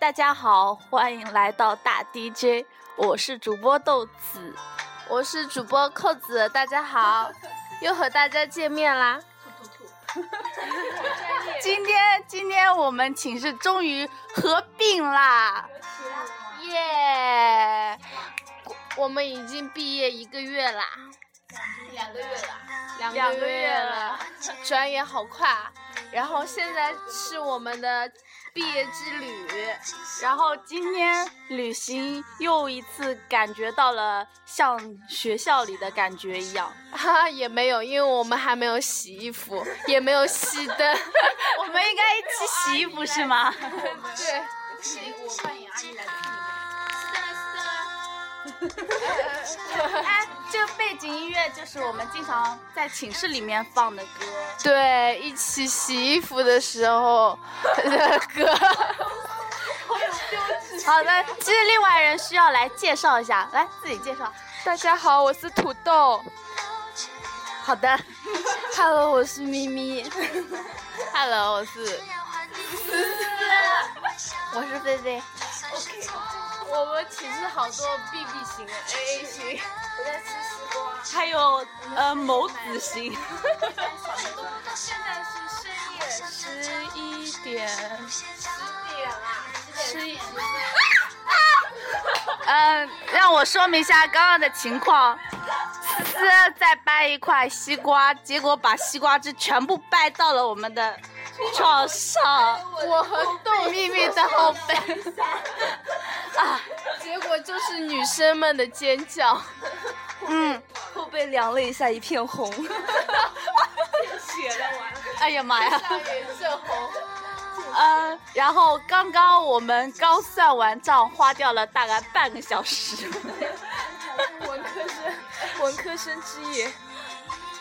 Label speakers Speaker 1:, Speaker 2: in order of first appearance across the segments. Speaker 1: 大家好，欢迎来到大 DJ，我是主播豆子，
Speaker 2: 我是主播扣子，大 家好，又和大家见面啦！
Speaker 1: 今天今天我们寝室终于合并啦，
Speaker 2: 耶、我们已经毕 业一个月啦，
Speaker 3: 两个月了，
Speaker 2: 两
Speaker 1: 两个
Speaker 2: 个
Speaker 1: 月
Speaker 2: 月了，转眼好快啊！然后现在是我们的毕业之旅，
Speaker 1: 然后今天旅行又一次感觉到了像学校里的感觉一样，
Speaker 2: 哈、哈，也没有，因为我们还没有洗衣服，也没有熄灯。
Speaker 1: 我们
Speaker 2: 哎
Speaker 1: 应该一起洗衣服是 吗？
Speaker 2: 对，
Speaker 3: 是我扮演阿姨来看
Speaker 1: 哎，这个背景音乐就是我们经常在寝室里面放的歌。
Speaker 2: 对，一起洗衣服的时候 的歌。
Speaker 1: 好的，其实另外人需要来介绍一下，来自己介绍。
Speaker 2: 大家好，我是土豆。
Speaker 1: 好的，
Speaker 2: Hello，我是咪咪。Hello，我是
Speaker 1: 我是菲菲。
Speaker 2: 我们寝室好多 B B 型、A A 型，
Speaker 1: 还有呃某子型，
Speaker 2: 现在是深夜十一点，十点啦，十一
Speaker 1: 嗯，让我说明一下刚刚的情况。思在掰一块西瓜，结果把西瓜汁全部掰到了我们的床上。
Speaker 2: 我和豆咪咪的后背， 啊，结果就是女生们的尖叫。
Speaker 1: 嗯，
Speaker 4: 后背凉了一下，一片红。
Speaker 1: 哎呀妈呀！
Speaker 2: 颜色 红，
Speaker 1: 呃，然后刚刚我们刚算完账，花掉了大概半个小时，
Speaker 2: 文科生。
Speaker 4: 文科生之夜，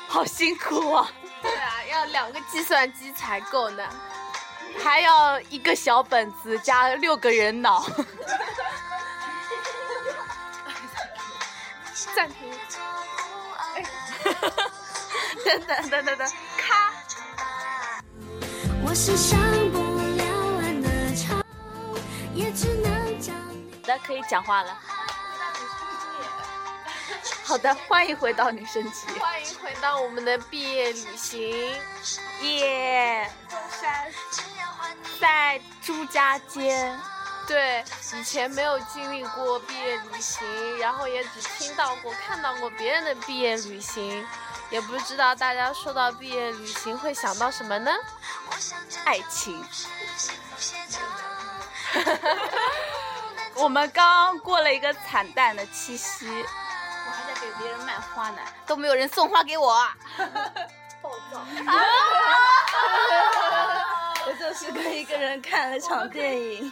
Speaker 1: 好辛苦啊！
Speaker 2: 对啊，要两个计算机才够呢。
Speaker 1: 还要一个小本子加六个人脑。
Speaker 2: 暂停。
Speaker 1: 等等等等等，
Speaker 5: 我是上不了岸的潮，也只能将你。
Speaker 1: 那可以讲话了。好的，欢迎回到女生之
Speaker 2: 欢迎回到我们的毕业旅行。
Speaker 1: 夜。耶、在朱家街，
Speaker 2: 对，以前没有经历过毕业旅行，然后也只听到过、看到过别人的毕业旅行，也不知道大家说到毕业旅行会想到什么呢？
Speaker 1: 爱情。我们刚过了一个惨淡的七夕，我还在给别人卖花呢，都没有人送花给我。
Speaker 4: 我就是跟一个人看了场电影，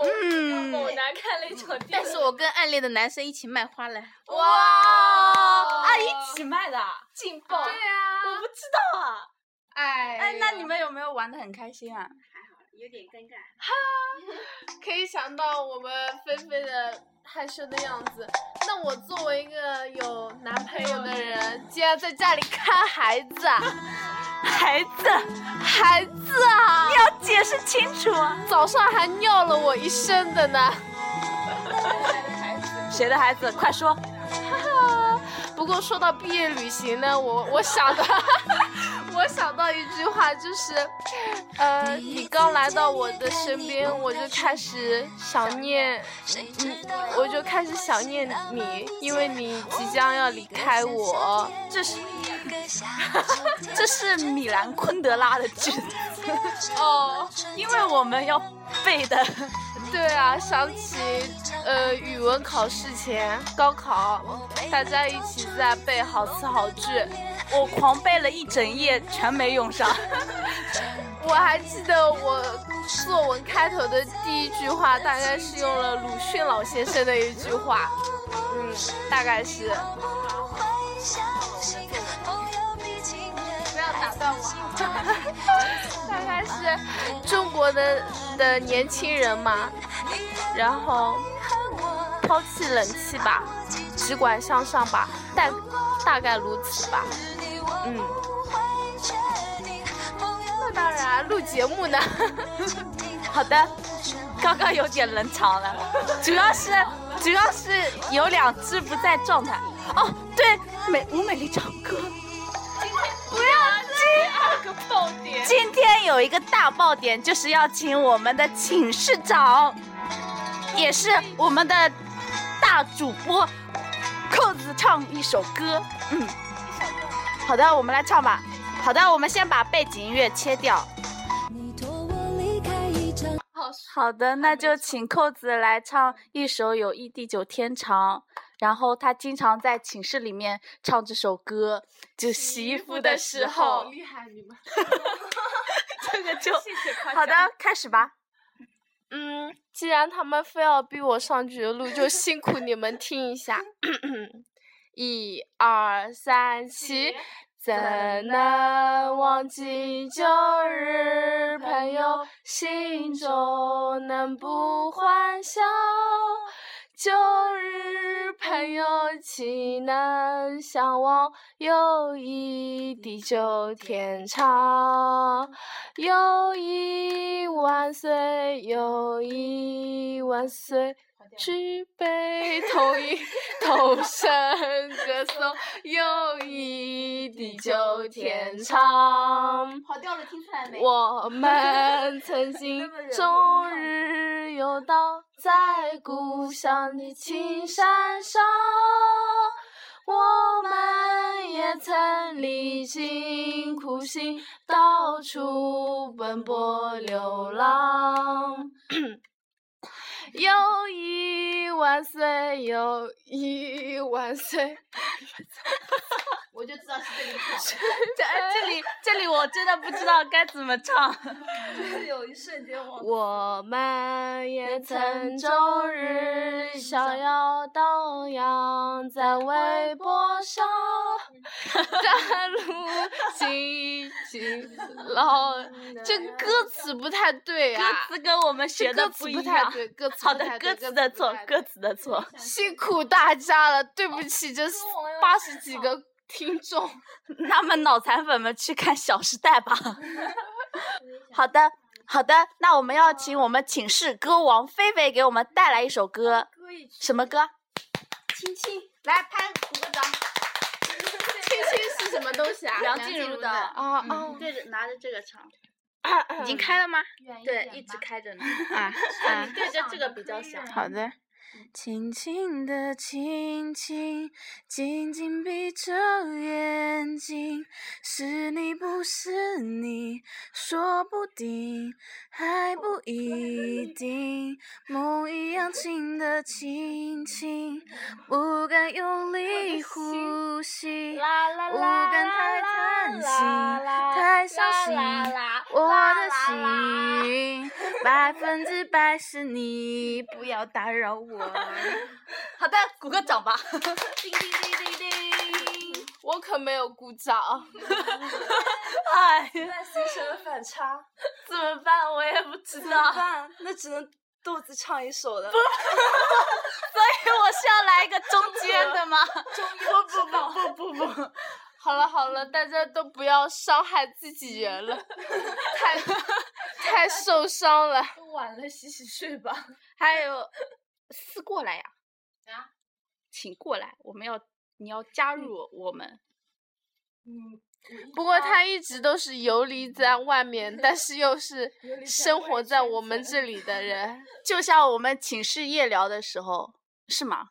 Speaker 1: 嗯，
Speaker 4: 男看了一场电
Speaker 1: 但是我跟暗恋的男生一起卖花了。
Speaker 2: 哇
Speaker 1: 啊，一起卖的，劲爆！对啊，我不知道啊。
Speaker 2: 哎
Speaker 1: 哎，那你们有没有玩的很开心啊？
Speaker 2: 可以想到我们菲菲的害羞的样子。那我作为一个有男朋友的
Speaker 1: 嗯
Speaker 2: 人，竟然在家里看孩子啊，
Speaker 1: 孩子，
Speaker 2: 孩子啊！
Speaker 1: 要解释清楚啊！
Speaker 2: 早上还尿了我一身的呢。
Speaker 1: 谁的孩子？快说！
Speaker 2: 不过说到毕业旅行呢，我我想到， 我想到一句话，就是，呃，你刚来到我的身边，我就开始想念，嗯，我就开始想念你，因为你即将要离开我。
Speaker 1: 这是，这是米兰昆德拉的句 子，
Speaker 2: 哦，
Speaker 1: 因为我们要背的。
Speaker 2: 对啊，想起呃语文考试前高考，大家一起在背好词好句。
Speaker 1: 我狂背了一整夜，全没用上。
Speaker 2: 我还记得我嗯作文开头的第一句话，大概是用了鲁迅老先生的一句话，嗯，大概是。
Speaker 5: 不要打断我好吗？
Speaker 2: 大 概是中国的的年轻人嘛，然后抛弃冷气吧，只管向上吧，大大概如此吧。嗯，
Speaker 1: 啊
Speaker 2: 那当然，录节目呢。
Speaker 1: 好的，刚刚有点冷场了， 主要是主要是有两只不在状态。哦，对，美吴美丽唱歌，不 要急。
Speaker 2: 啊个爆点。
Speaker 1: 今天有一个大爆点，就是要请我们的寝室长，也是我们的大主播扣子唱一首歌。嗯，好的，我们来唱吧。好的，我们先把背景音乐切掉。
Speaker 5: 你托我离开一场
Speaker 1: 好的，那就请扣子来唱一首《友谊地久天长》，然后他经常在寝室里面唱这首歌，就洗衣服的时候。
Speaker 2: 厉害你们！
Speaker 1: 这个就
Speaker 4: 谢谢夸
Speaker 1: 好的，开始吧。
Speaker 2: 嗯，既然他们非要逼我上绝路，就辛苦你们听一下。 一二三，起！怎能忘记旧日朋友？心中能不欢笑？旧日朋友岂能相忘？友谊地久天长，友谊万岁，友谊万岁。举杯同饮同声歌 颂友谊地久天长。
Speaker 3: 跑调了，听出来没？
Speaker 2: 我们曾经终日游荡在故乡的青山上，我们也曾历尽苦辛，到处奔波流浪。友谊万岁，友谊万岁！
Speaker 3: 我就知道是这里跑的。
Speaker 1: 这哎这里这里我真的不知道该怎么唱。
Speaker 4: 有一瞬间我
Speaker 2: 我们也曾终日逍遥荡漾在微 博上，展露心情老。这歌词不太 对
Speaker 1: 歌
Speaker 2: 啊，
Speaker 1: 词跟我们
Speaker 2: 这
Speaker 1: 学
Speaker 2: 歌
Speaker 1: 的
Speaker 2: 词
Speaker 1: 一
Speaker 2: 不太
Speaker 1: 样。
Speaker 2: 对，歌词
Speaker 1: 好
Speaker 2: 不
Speaker 1: 的
Speaker 2: 太，
Speaker 1: 歌
Speaker 2: 对
Speaker 1: 词的错，歌词的 错。
Speaker 2: 辛苦大家了，对不起，
Speaker 1: 哦
Speaker 2: 这八十几个听众。
Speaker 1: 那么脑残粉们去看《小时代》 吧。好的，好的，那我们要请我们寝室歌王菲菲给我们带来一首歌，什么歌？
Speaker 4: 亲亲，
Speaker 1: 来拍鼓个 掌。
Speaker 2: 青青是什么东西啊？
Speaker 1: 梁静茹的哦
Speaker 2: 啊啊！
Speaker 1: 对着拿着这个 唱，
Speaker 2: 已经
Speaker 1: 开了吗？
Speaker 3: 远点吧
Speaker 1: 开 着呢。啊啊，对着这个比较响。
Speaker 3: 好
Speaker 1: 的。
Speaker 4: 嗯
Speaker 6: 轻轻的亲亲，紧紧闭着眼睛，是你不是你，说不定
Speaker 4: 哦
Speaker 6: 还不一定。梦一样轻的亲亲，不敢 用力呼吸，
Speaker 2: 啦啦
Speaker 6: 不
Speaker 2: 啦
Speaker 6: 敢太贪心，太小心。我的心百分之百是你，不要打扰我。
Speaker 1: 哎好的，鼓个掌吧。
Speaker 2: 我可没有鼓掌。
Speaker 1: 哎呀，
Speaker 4: 那形成了反 差，
Speaker 1: 怎么办？我也不知
Speaker 4: 怎
Speaker 1: 道
Speaker 6: 啊
Speaker 4: 么。办？那只能豆子唱一首了。
Speaker 1: 所以我是要来一个中间 的吗？
Speaker 2: 不 不不不不，好了好了，大家都不要伤害自己 人了，太太受伤了。
Speaker 4: 都晚了，洗洗睡吧。
Speaker 1: 还有，思过来呀、
Speaker 3: 啊
Speaker 1: 请过来，我们要你要加入我们。
Speaker 2: 不过他一直都是游离在外面，但是又是生活在我们这里的 人。
Speaker 1: 就像我们寝室夜聊的时候，是吗？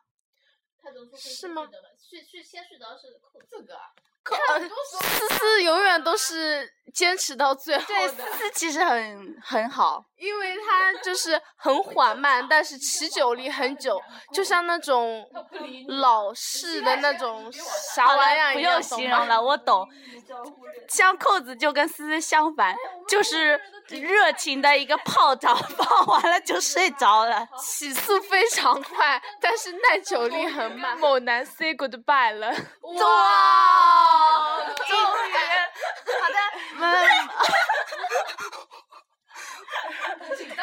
Speaker 3: 他总说会
Speaker 2: 是
Speaker 3: 睡
Speaker 2: 吗呃
Speaker 3: 着的？去去先睡着是扣这个啊，
Speaker 2: 思思永远都是坚持到最后
Speaker 1: 对，
Speaker 2: 的，
Speaker 1: 思思其实很很好，
Speaker 2: 因为他就是很缓慢，但是持久力很久，就像那种老式的那种啥
Speaker 1: 好
Speaker 2: 玩
Speaker 1: 了
Speaker 2: 意儿
Speaker 1: 不
Speaker 2: 一样，
Speaker 1: 用
Speaker 2: 懂
Speaker 1: 形
Speaker 2: 吗
Speaker 1: 容了，我懂。像扣子就跟思思相反，就是热情的一个泡澡，泡完了就睡着了。
Speaker 2: 起速非常快，但是耐久力很慢。某男 say goodbye 了，
Speaker 1: 哇！终于，好的，我们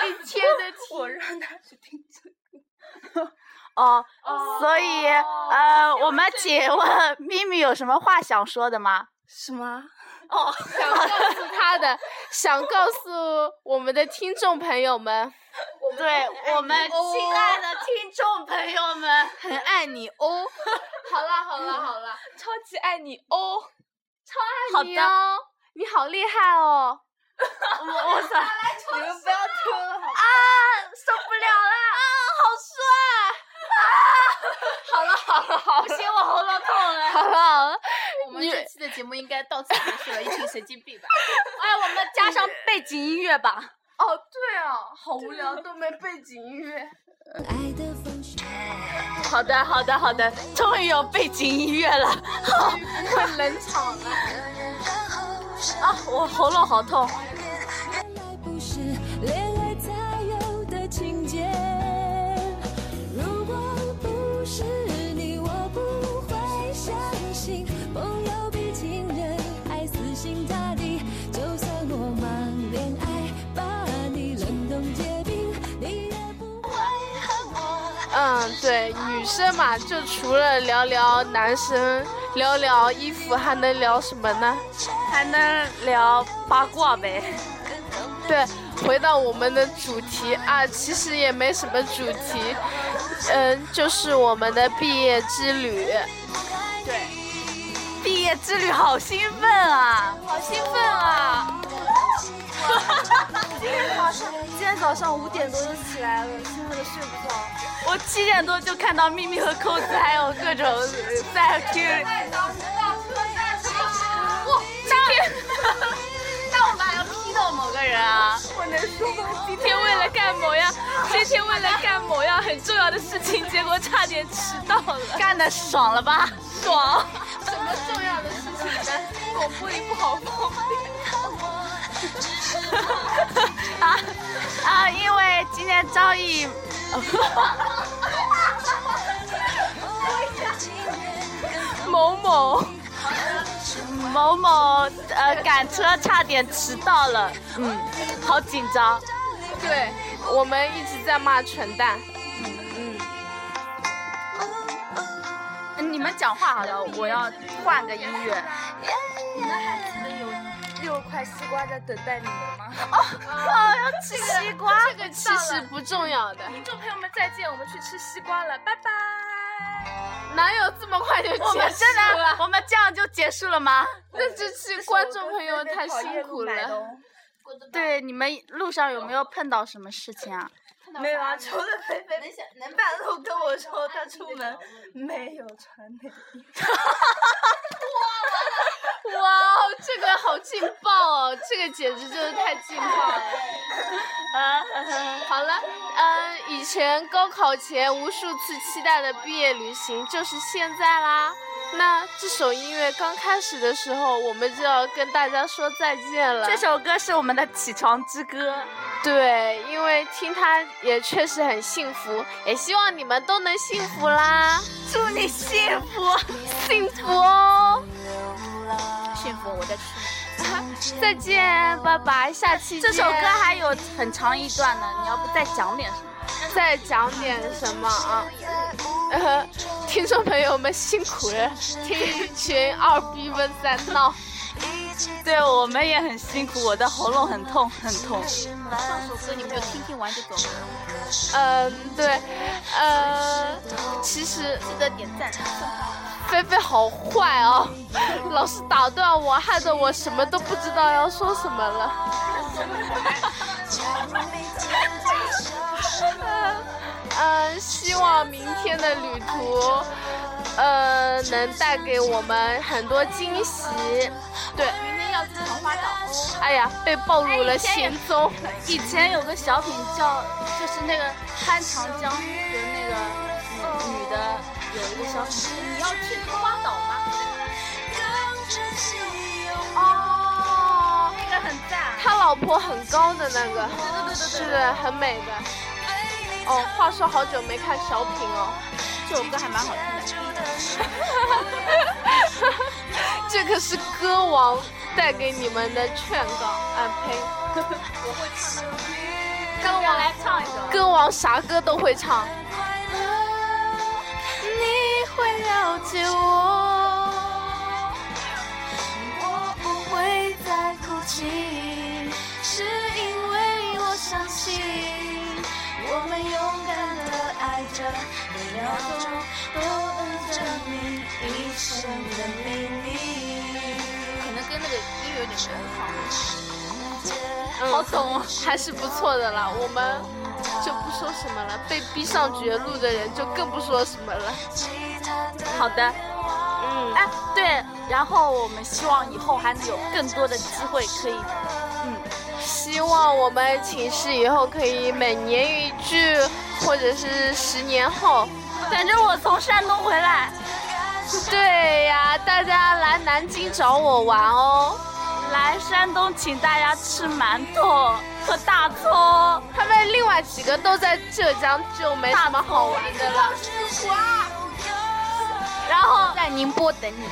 Speaker 2: 一天 的
Speaker 4: 我 让他去听这
Speaker 1: 哦，
Speaker 2: 哦
Speaker 1: 所以呃，我们请问咪咪有什么话想说的吗？
Speaker 4: 是吗？
Speaker 2: 哦，想告诉他的，想告诉我们的听众朋友们，
Speaker 1: 对我们亲爱的听众朋友们，
Speaker 6: 很爱你哦。
Speaker 2: 好啦好啦好 啦，
Speaker 6: 超级爱你哦，
Speaker 2: 好的哦，你好厉害 哦，
Speaker 1: 我我操，
Speaker 4: 你们不要推了，
Speaker 2: 啊
Speaker 4: 好吧？
Speaker 1: 受不了 啦！
Speaker 2: 好了好了好
Speaker 1: 不
Speaker 2: 了
Speaker 1: 行，我喉咙痛了。
Speaker 2: 好了好了，
Speaker 3: 我们这期的节目应该到此结束 了，一群神经病吧。
Speaker 1: 哎，我们加上背景音乐吧。
Speaker 4: 哦，对哦，好无聊，都没背景音 乐。
Speaker 5: 爱的方式。
Speaker 1: 好的，好的，好的，终于有背景音乐了。
Speaker 2: 会冷场了。
Speaker 1: 啊，我喉咙好痛。
Speaker 5: 原来不是恋爱才有的情节。如果不是你，我不会相信朋友比情人还死心塌地。就算我忙恋爱，把你冷冻结冰，你也不会恨我。
Speaker 2: 嗯，对，女生嘛，就除了聊聊男生，聊聊衣服，还能聊什么呢？
Speaker 1: 还能聊八卦呗。
Speaker 2: 对，回到我们的主题啊，其实也没什么主题，嗯，就是我们的毕业之旅。
Speaker 1: 毕业之旅好兴奋啊！
Speaker 2: 好兴奋啊！
Speaker 4: 今天早上，今天早上五点多就起来了，兴奋的睡不着。
Speaker 1: 我七点多就看到咪咪和扣子，还有各种呃在 Q。哇，今天，那我们还要批斗某个人啊？
Speaker 4: 我能说吗？
Speaker 6: 今天为了干某样，今天为了干某样很重要的事情，结果差点迟到了。
Speaker 1: 干的爽了吧？爽！
Speaker 2: 什么重要的事情呢？
Speaker 6: 我不理不好放。
Speaker 1: 啊啊！因为今天张毅，
Speaker 2: 某某，
Speaker 1: 某某呃赶车差点迟到了，嗯，好紧张。
Speaker 2: 对我们一直在骂蠢蛋。
Speaker 1: 你们讲话好了，我要换个音乐。
Speaker 4: 六块西瓜在等待你们吗？
Speaker 1: 哦，要吃西瓜。
Speaker 2: 这个其实不重要的，
Speaker 4: 听众朋友们再见，我们去吃西瓜了，拜拜。
Speaker 2: 哪有这么快就
Speaker 1: 我
Speaker 2: 结
Speaker 1: 们真
Speaker 2: 束
Speaker 1: 的，
Speaker 2: 了？
Speaker 1: 我们这样就结束了吗？
Speaker 2: 那这期观众朋友太辛苦了。
Speaker 1: 对，你们路上有没有碰到什么事情啊？
Speaker 4: 没有啊，除了菲菲
Speaker 3: 能想能
Speaker 4: 半路跟我说她出门没有穿内衣，
Speaker 2: 哇，哦，这个好劲爆哦！这个简直就是太劲爆了。啊好了，嗯，以前高考前无数次期待的毕业旅行就是现在啦。那这首音乐刚开始的时候，我们就要跟大家说再见了。
Speaker 1: 这首歌是我们的起床之歌。
Speaker 2: 对，因为听它也确实很幸福，也希望你们都能幸福啦，
Speaker 1: 祝你幸福，
Speaker 2: 幸福哦！
Speaker 1: 幸福！我在吃。
Speaker 2: 再见，拜拜，下期
Speaker 1: 这首
Speaker 2: 见
Speaker 1: 歌还有很长一段呢，你要不再讲点什么？
Speaker 2: 再讲点什么啊？呃，听众朋友们辛苦了，听一群二逼们在闹。
Speaker 1: 对我们也很辛苦，我的喉咙很痛，很痛。
Speaker 3: 首歌你们就听听完就走了，
Speaker 2: 嗯，对，呃，其实
Speaker 3: 记得点赞。
Speaker 2: 菲菲好坏哦，老是打断我，害得我什么都不知道要说什么了。
Speaker 1: 哦
Speaker 2: 嗯，希望明天的旅途，呃，能带给我们很多惊喜。对，
Speaker 3: 明天要去长花岛哦，
Speaker 2: 哎呀，被暴露了行踪。
Speaker 1: 以前有个小品叫，就是那个潘长江和那个女女的有一个小品，你要去青花岛吗？
Speaker 2: 哦，
Speaker 1: 那个很赞。
Speaker 2: 他老婆很高的那个，是的，很美的。哦，话说好久没看小品哦，
Speaker 1: 这首歌还蛮好听的。
Speaker 2: 这可是歌王带给你们的劝告啊呸！
Speaker 1: 跟我来唱一首。
Speaker 2: 歌王啥歌都会唱。
Speaker 5: 你会了解我，我情，是因为我相信，我们勇敢的爱着，每秒钟都能证明一生的秘密。
Speaker 2: 可能跟那个音乐有点不好。
Speaker 5: 那
Speaker 2: 好懂，嗯还是不错的啦。我们就不说什么了，被逼上绝路的人就更不说什么了。
Speaker 1: 好的，
Speaker 2: 嗯，
Speaker 1: 哎，对，然后我们希望以后还能有更多的机会可以，
Speaker 2: 希望我们寝室以后可以每年一聚，或者是十年后。
Speaker 1: 等着我从山东回来，
Speaker 2: 对呀，大家来南京找我玩哦。
Speaker 1: 来山东请大家吃馒头和大葱。
Speaker 2: 他们另外几个都在浙江，就没什么好玩的了。
Speaker 1: 然后
Speaker 6: 在宁波等你，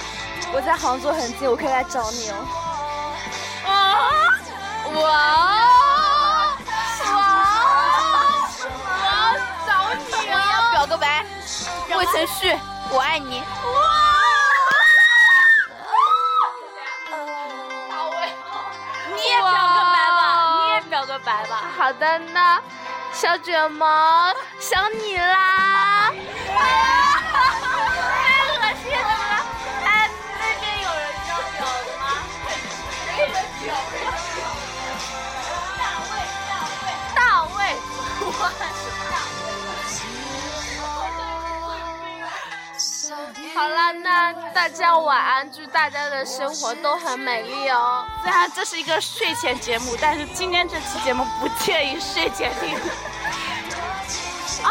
Speaker 6: 我在杭州很近，我可以来找你哦。啊
Speaker 2: 哇哦！哇哦！我要找你哦！
Speaker 6: 表个白，魏晨旭，我爱你。
Speaker 1: 你也表个白吧，你也表个白吧。
Speaker 2: 好的呢，小卷毛，想你啦！
Speaker 1: 太恶心了！哎，那边有人要表吗？大卫，大卫，大卫，我
Speaker 2: 好啦，那大家晚安，祝大家的生活都很美丽哦。
Speaker 1: 虽然这是一个睡前节目，但是今天这期节目不建议睡前听。啊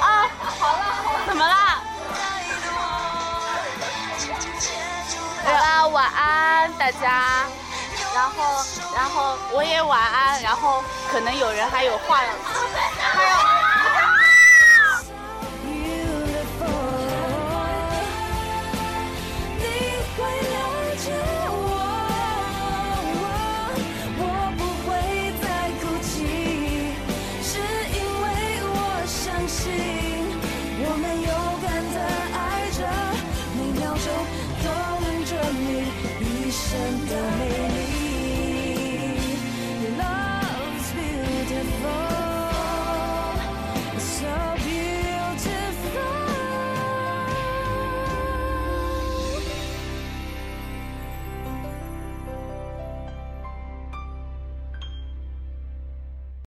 Speaker 1: 啊！好了好了，怎么啦？
Speaker 2: 好啦，晚安大家。
Speaker 1: 然后然后我也晚安，然后可能有人还有话要说。
Speaker 5: 你会爱着我，我不会再哭泣，是因为我相信，我们勇敢的爱着，每秒钟都能证明一生的秘密。